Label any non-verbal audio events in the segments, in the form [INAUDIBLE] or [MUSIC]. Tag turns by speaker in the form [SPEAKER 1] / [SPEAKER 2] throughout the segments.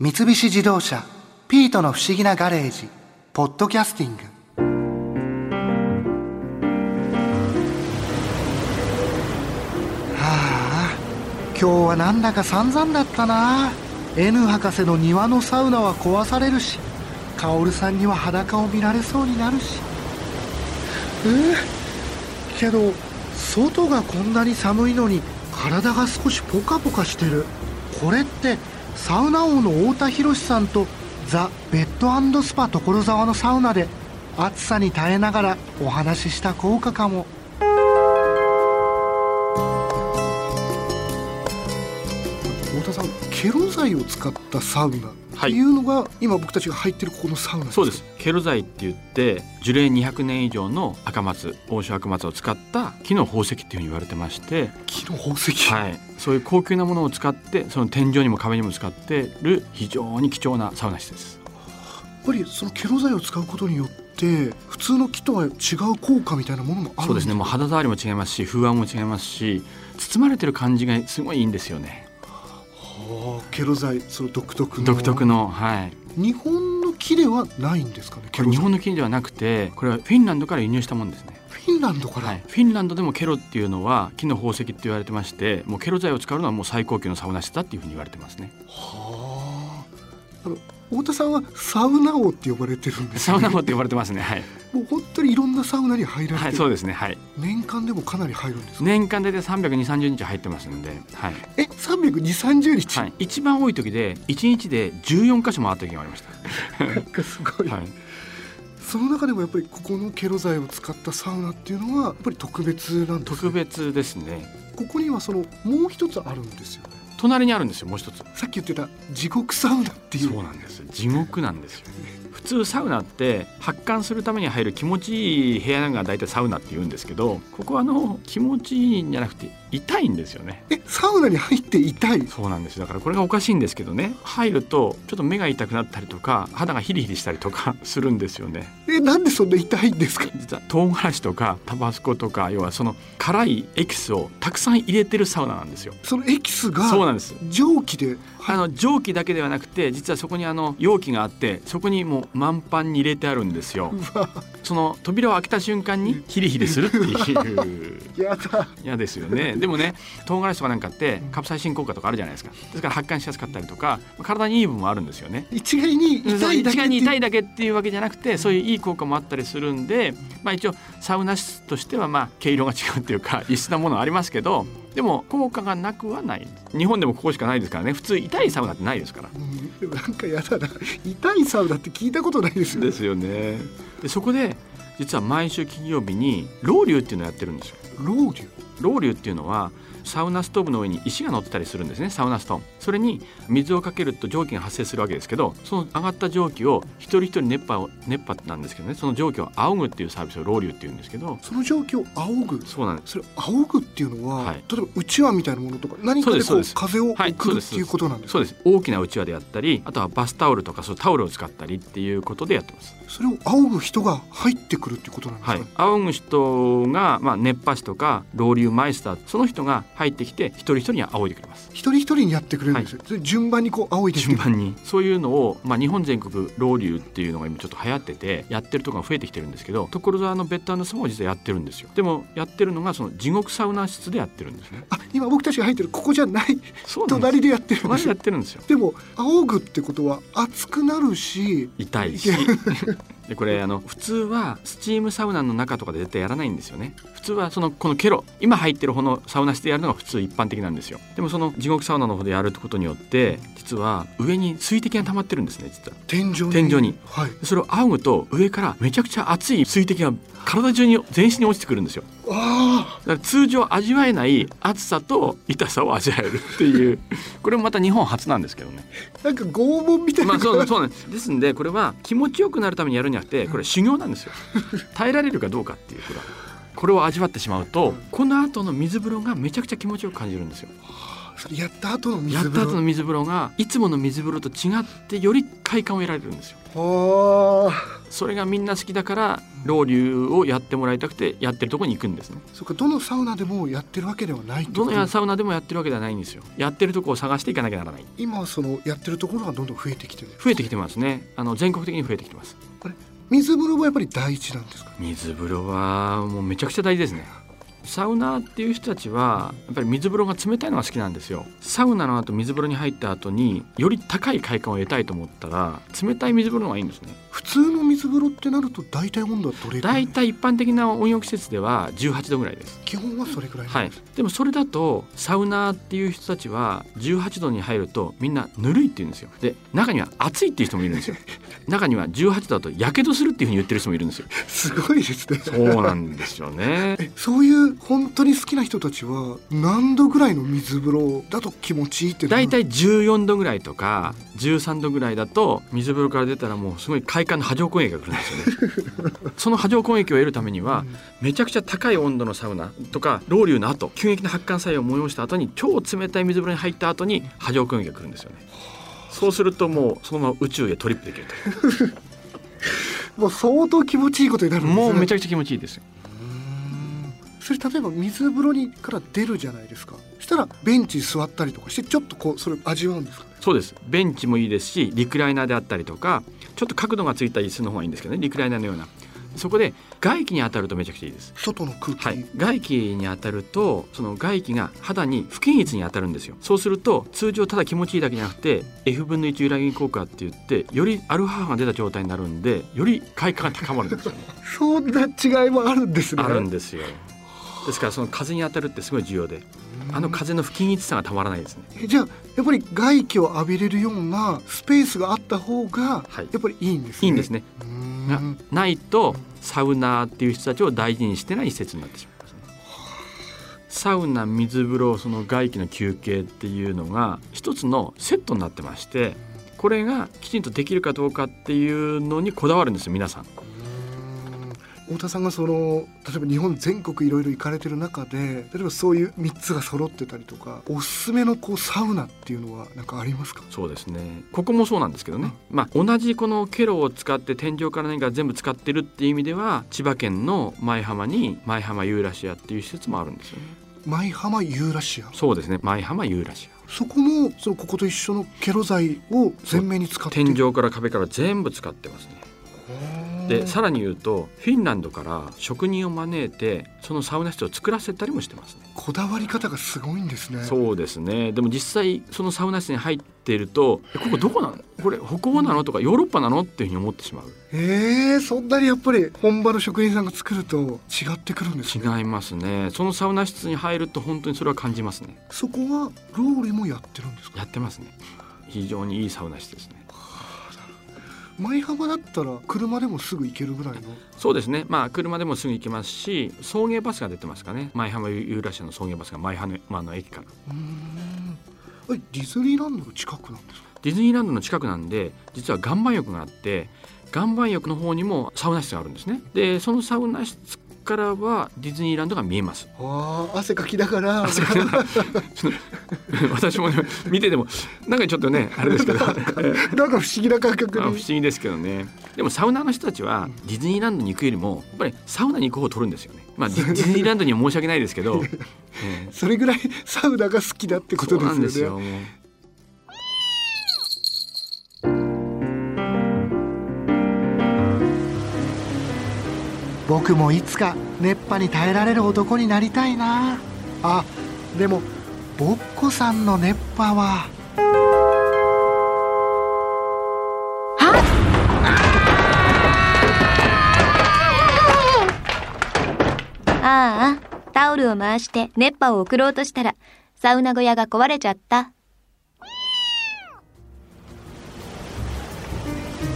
[SPEAKER 1] 三菱自動車「ピートの不思議なガレージ」「ポッドキャスティング」はあ今日はなんだか散々だったな N 博士の庭のサウナは壊されるし薫さんには裸を見られそうになるしえーけど外がこんなに寒いのに体が少しポカポカしてるこれってサウナ王の太田博さんとザ・ベッドスパ所沢のサウナで暑さに耐えながらお話しした効果かも太田さんケロ剤を使ったサウナっていうのが、今僕たちが入ってるここのサウナ
[SPEAKER 2] そうですケロ材って言って樹齢200年以上の赤松欧州赤松を使った木の宝石っていうふうに言われてまして、
[SPEAKER 1] 木の宝石、
[SPEAKER 2] はい、そういう高級なものを使ってその天井にも壁にも使ってる非常に貴重なサウナ室です
[SPEAKER 1] やっぱりそのケロ剤を使うことによって普通の木とは違う効果みたいなものもあ
[SPEAKER 2] そ
[SPEAKER 1] るんで
[SPEAKER 2] うですす
[SPEAKER 1] か
[SPEAKER 2] ねもう肌触りも違いますし風合いも違いますし包まれてる感じがすごいいいんですよね
[SPEAKER 1] はあケロ剤その独特の
[SPEAKER 2] 独特のはい
[SPEAKER 1] 日本の木ではないんですかねケ
[SPEAKER 2] こ
[SPEAKER 1] ロ剤
[SPEAKER 2] れ日本の木ではなくてこれはフィンランドから輸入したものですね
[SPEAKER 1] フィンランドから、
[SPEAKER 2] はい、フィンランドでもケロっていうのは木の宝石って言われてましてもうケロ材を使うのはもう最高級のサウナ室だっていうふうに言われてますね
[SPEAKER 1] はああの太田さんはサウナ王って呼ばれてるんです
[SPEAKER 2] サウナ王って呼ばれてますねはい、
[SPEAKER 1] もう本当にいろんなサウナに入られて、
[SPEAKER 2] [LAUGHS] はい、そうですねはい
[SPEAKER 1] 年間でもかなり入るんですか
[SPEAKER 2] 年間大体32030日入ってますので、はい
[SPEAKER 1] え三3 2 3 0日、
[SPEAKER 2] はい、一番多い時で1日で14箇所回った時がありまし
[SPEAKER 1] なんかすごい、
[SPEAKER 2] た、はい、
[SPEAKER 1] その中でもやっぱりここのケロ剤を使ったサウナっていうのはやっぱり特別なんです、
[SPEAKER 2] 特
[SPEAKER 1] ね、
[SPEAKER 2] 別ですね
[SPEAKER 1] ここにはそのもう一つあるんですよね
[SPEAKER 2] 隣にあるんですよもう一つ
[SPEAKER 1] さっき言ってた地獄サウナっていう
[SPEAKER 2] そうなんです地獄なんですよ普通サウナって発汗するために入る気持ちいい部屋が大体サウナって言うんですけどここはあの気持ちいいんじゃなくて痛いんですよね
[SPEAKER 1] えサウナに入っていたい
[SPEAKER 2] そうなんですだからこれがおかしいんですけどね入るとちょっと目が痛くなったりとか肌がヒリヒリしたりとか [LAUGHS] するんですよね
[SPEAKER 1] えなんでそんな痛いんですか
[SPEAKER 2] 実は唐辛子とかタバスコとか要はその辛いエキスをたくさん入れてるサウナなんですよ
[SPEAKER 1] そのエキス
[SPEAKER 2] そう
[SPEAKER 1] が
[SPEAKER 2] なんです
[SPEAKER 1] 蒸気で
[SPEAKER 2] あの蒸気だけではなくて実はそこにあの容器があってそこにもう満帆に入れてあるんですよ
[SPEAKER 1] うわ
[SPEAKER 2] [LAUGHS] その扉を開けた瞬間にヒリヒリするっていう
[SPEAKER 1] やだ
[SPEAKER 2] [LAUGHS] 嫌ですよねでもね唐辛子とかなんかってカプサイシン効果とかあるじゃないですかですから発汗しやすかったりとか体にいい部分もあるんですよね
[SPEAKER 1] 一概に痛いだ
[SPEAKER 2] 一
[SPEAKER 1] け
[SPEAKER 2] 概
[SPEAKER 1] って
[SPEAKER 2] に
[SPEAKER 1] いう
[SPEAKER 2] 痛いだけっていうわけじゃなくてそういういい効果もあったりするんで、まあ、一応サウナ室としてはまあ毛色が違うってい
[SPEAKER 1] [LAUGHS]
[SPEAKER 2] うか異質なものはありますけどでも効果がなくはない日本でもここしかないですからね普通痛いサウナってないですから
[SPEAKER 1] うんでもなんかやだな痛いサウナって聞いたことないですよ
[SPEAKER 2] ですよねでそこで実は毎週金曜日にロウリュウっていうのをやってるんですよ
[SPEAKER 1] ロウリュ
[SPEAKER 2] ロウリュウっていうのはサウナストーブの上に石が乗ってたりするんですねサウナストーンそれに水をかけると蒸気が発生するわけですけどその上がった蒸気を一人一人熱波を熱波なんですけどねその蒸気を仰ぐっていうサービスをロウリュウっていうんですけど
[SPEAKER 1] その状況を仰ぐ
[SPEAKER 2] そうなんです
[SPEAKER 1] それ仰ぐっていうのは、
[SPEAKER 2] はい
[SPEAKER 1] 例えばうちわみたいなものとか何かで
[SPEAKER 2] そ
[SPEAKER 1] こ
[SPEAKER 2] う
[SPEAKER 1] う
[SPEAKER 2] ですそう
[SPEAKER 1] 風を
[SPEAKER 2] はい
[SPEAKER 1] 送
[SPEAKER 2] そう
[SPEAKER 1] る
[SPEAKER 2] で
[SPEAKER 1] っ
[SPEAKER 2] す
[SPEAKER 1] ていうことなんですか、
[SPEAKER 2] そうです大きなうちわであったりあとはバスタオルとかそういうタオルを使ったりっていうことでやってます
[SPEAKER 1] それを仰ぐ人が入ってくるっていうことなんですか、
[SPEAKER 2] はい
[SPEAKER 1] ね
[SPEAKER 2] 仰ぐ人が、まあ、熱波師とかロウリュウマイスターその人が入ってきて一人一人に仰いでくれます
[SPEAKER 1] 一人一人にやってくれるんですよ、それ順番にこう仰いでって
[SPEAKER 2] 順番に [LAUGHS] そういうのを、まあ、日本全国ロウリュウっていうのが今ちょっと流行っててやってるとこが増えてきてるんですけど所沢のベッドサも実はやってるんですよでもやってるのがその地獄サウナ室でやってるんですね
[SPEAKER 1] あ今僕たちが入ってるここじゃない
[SPEAKER 2] [LAUGHS] そうなんです
[SPEAKER 1] 隣でやってるんで
[SPEAKER 2] 隣
[SPEAKER 1] す
[SPEAKER 2] でや
[SPEAKER 1] よ
[SPEAKER 2] ってるんですよ
[SPEAKER 1] でも仰ぐってことは熱くなるし
[SPEAKER 2] 痛いし [LAUGHS] でこれあの普通はスチームサウナの中とかで絶対やらないんですよね普通はそのこのケロ今入ってる方のサウナ室でやるのが普通一般的なんですよでもその地獄サウナの方でやることによって実は上に水滴が溜まってるんですね実は
[SPEAKER 1] 天井に
[SPEAKER 2] 天井に
[SPEAKER 1] はい
[SPEAKER 2] それを仰ぐと上からめちゃくちゃ熱い水滴が体中に全身に落ちてくるんですよ
[SPEAKER 1] あ
[SPEAKER 2] だから通常味わえない熱さと痛さを味わえるっていう [LAUGHS] これもまた日本初なんですけどね
[SPEAKER 1] ーなんか拷問みたいな、
[SPEAKER 2] まあそうそうなんですですんでこれは気持ちよくなるためにやるんじゃなくてこれ修行なんですよ耐えられるかどうかっていうこれはこれを味わってしまうとこの後の水風呂がめちゃくちゃ気持ちよく感じるんですよ
[SPEAKER 1] それやった後の
[SPEAKER 2] やっ
[SPEAKER 1] 水風呂
[SPEAKER 2] た後の水風呂がいつもの水風呂と違ってより快感を得られるんですよ
[SPEAKER 1] ほー
[SPEAKER 2] それがみんな好きだから老流をやってもらいたくてやってるとこに行くんですね
[SPEAKER 1] そっかどのサウナでもやってるわけではないって
[SPEAKER 2] ど
[SPEAKER 1] こ
[SPEAKER 2] の
[SPEAKER 1] と
[SPEAKER 2] やサウナでもやってるわけではないんですよやってるとこを探していかなきゃならない
[SPEAKER 1] 今はそのやってるところがどんどん増えてきてる
[SPEAKER 2] 増えてきてますねあの全国的に増えてきてます
[SPEAKER 1] これ水風呂もやっぱり第一なんですか
[SPEAKER 2] 水風呂はもうめちゃくちゃ大事ですねサウナーっていう人たちはやっぱり水風呂が冷たいのが好きなんですよサウナの後水風呂に入った後により高い快感を得たいと思ったら冷たい水風呂の方がいいんですね
[SPEAKER 1] 普通の水風呂ってなると大体温度はどれくら
[SPEAKER 2] 大
[SPEAKER 1] い
[SPEAKER 2] 体一般的な温浴施設では18度ぐらいです
[SPEAKER 1] 基本はそれくらいな
[SPEAKER 2] は
[SPEAKER 1] ん
[SPEAKER 2] い
[SPEAKER 1] です、、
[SPEAKER 2] でもそれだとサウナーっていう人たちは18度に入るとみんなぬるいって言うんですよで中には暑いっていう人もいるんですよ中には18度だとやけどするっていうふうに言ってる人もいるんです [LAUGHS] よ
[SPEAKER 1] すごいですね
[SPEAKER 2] そうなんですよね
[SPEAKER 1] えそういう本当に好きな人たちは何度ぐらいの水風呂だと気持ちいいってなる
[SPEAKER 2] 大体14度ぐらいとか13度ぐらいだと水風呂から出たらもうすごい快感の波状攻撃が来るんです [LAUGHS] よねその波状攻撃を得るためにはめちゃくちゃ高い温度のサウナとかロウリュの後急激な発汗作用を催した後に超冷たい水風呂に入った後に波状攻撃が来るんですよねそうするともうそのまま宇宙へトリップできると
[SPEAKER 1] もう相当気持ちいいことになるんですね
[SPEAKER 2] [LAUGHS] もうめち
[SPEAKER 1] ゃ
[SPEAKER 2] ゃくちゃ気持ちいいですよ
[SPEAKER 1] それ例えば水風呂にから出るじゃないですかそしたらベンチに座ったりとかしてちょっとこうそれ味わうんですかね
[SPEAKER 2] そうですベンチもいいですしリクライナーであったりとかちょっと角度がついた椅子の方がいいんですけどねリクライナーのようなそこで外気に当たるとめちゃくちゃいいです
[SPEAKER 1] 外の空気、
[SPEAKER 2] はい、外気に当たるとその外気が肌に不均一に当たるんですよそうすると通常ただ気持ちいいだけじゃなくて F 分の1揺らぎ効果って言ってよりアルファ波が出た状態になるんでより快感が高まるんですよね
[SPEAKER 1] そんな違いもあるんですね
[SPEAKER 2] あるんですよですからその風に当たるってすごい重要であの風の不均一さがたまらないですね
[SPEAKER 1] えじゃあやっぱり外気を浴びれるようなスペースがあった方が
[SPEAKER 2] はい
[SPEAKER 1] やっぱりいいんですね、
[SPEAKER 2] いいんですね
[SPEAKER 1] うー
[SPEAKER 2] が
[SPEAKER 1] ん
[SPEAKER 2] ないとサウナーっていう人たちを大事にしてない施設になってしまいますねサウナ水風呂その外気の休憩っていうのが一つのセットになってましてこれがきちんとできるかどうかっていうのにこだわるんですよ皆さん
[SPEAKER 1] 太田さんがその例えば日本全国いろいろ行かれてる中で例えばそういう3つが揃ってたりとかおすすめのこうサウナっていうのはなんかありますか
[SPEAKER 2] そうですねここもそうなんですけどね、まあ、同じこのケロを使って天井から何か全部使ってるっていう意味では千葉県の舞浜に舞浜ユーラシアっていう施設もあるんですよね
[SPEAKER 1] 舞浜ユーラシア
[SPEAKER 2] そうですね舞浜ユーラシア
[SPEAKER 1] そこもそのここと一緒のケロ材を全面に使って
[SPEAKER 2] 天井から壁から全部使ってますねでさ
[SPEAKER 1] ら
[SPEAKER 2] らに言うとフィンランドから職人を招いてそのサウナ室を作らせたりもしてますね。
[SPEAKER 1] こだわり方がすごいんですね
[SPEAKER 2] そうですねでも実際そのサウナ室に入っていると「えここどこなのこれ北欧なの?」とか「ヨーロッパなの?」っていうふうに思ってしまう
[SPEAKER 1] えー、そんなにやっぱり本場の職人さんが作ると違ってくるんですね
[SPEAKER 2] 違いますねそのサウナ室に入ると本当にそれは感じますね
[SPEAKER 1] そこはローリもやってるんですか
[SPEAKER 2] やってますね非常にいいサウナ室ですね
[SPEAKER 1] 舞浜だったら車でもすぐ行けるぐらいの
[SPEAKER 2] そうですねまあ車でもすぐ行けますし送迎バスが出てますかね舞浜ユーラシアの送迎バスが舞浜の駅から
[SPEAKER 1] うーんえディズニーランドの近くなんですか
[SPEAKER 2] ディズニーランドの近くなんで実は岩盤浴があって岩盤浴の方にもサウナ室があるんですねでそのサウナ室からはディズニーランドが見えます
[SPEAKER 1] あー汗かきながら
[SPEAKER 2] [LAUGHS] 私も、ね、見ててもなんかちょっとねあれ
[SPEAKER 1] [LAUGHS]
[SPEAKER 2] ですけどまあ
[SPEAKER 1] なんか不思議な感覚
[SPEAKER 2] 不思
[SPEAKER 1] に
[SPEAKER 2] 議ですけどねでもサウナーの人たちはディズニーランドに行くよりもやっぱりサウナに行く方を取るんですよねまあ
[SPEAKER 1] [LAUGHS]
[SPEAKER 2] ディディズニーランドには申し訳ないですけど、ええ
[SPEAKER 1] それぐらい [LAUGHS] サウナが好きだってこ
[SPEAKER 2] そ
[SPEAKER 1] と
[SPEAKER 2] うなんで
[SPEAKER 1] ですすよね
[SPEAKER 2] よもう
[SPEAKER 1] 僕もいつか熱波に耐えられる男になりたいなあでもぼっこさんの熱波は
[SPEAKER 3] ああ、タオルを回して熱波を送ろうとしたら、サウナ小屋が壊れちゃった。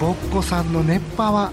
[SPEAKER 1] ぼっこさんの熱波は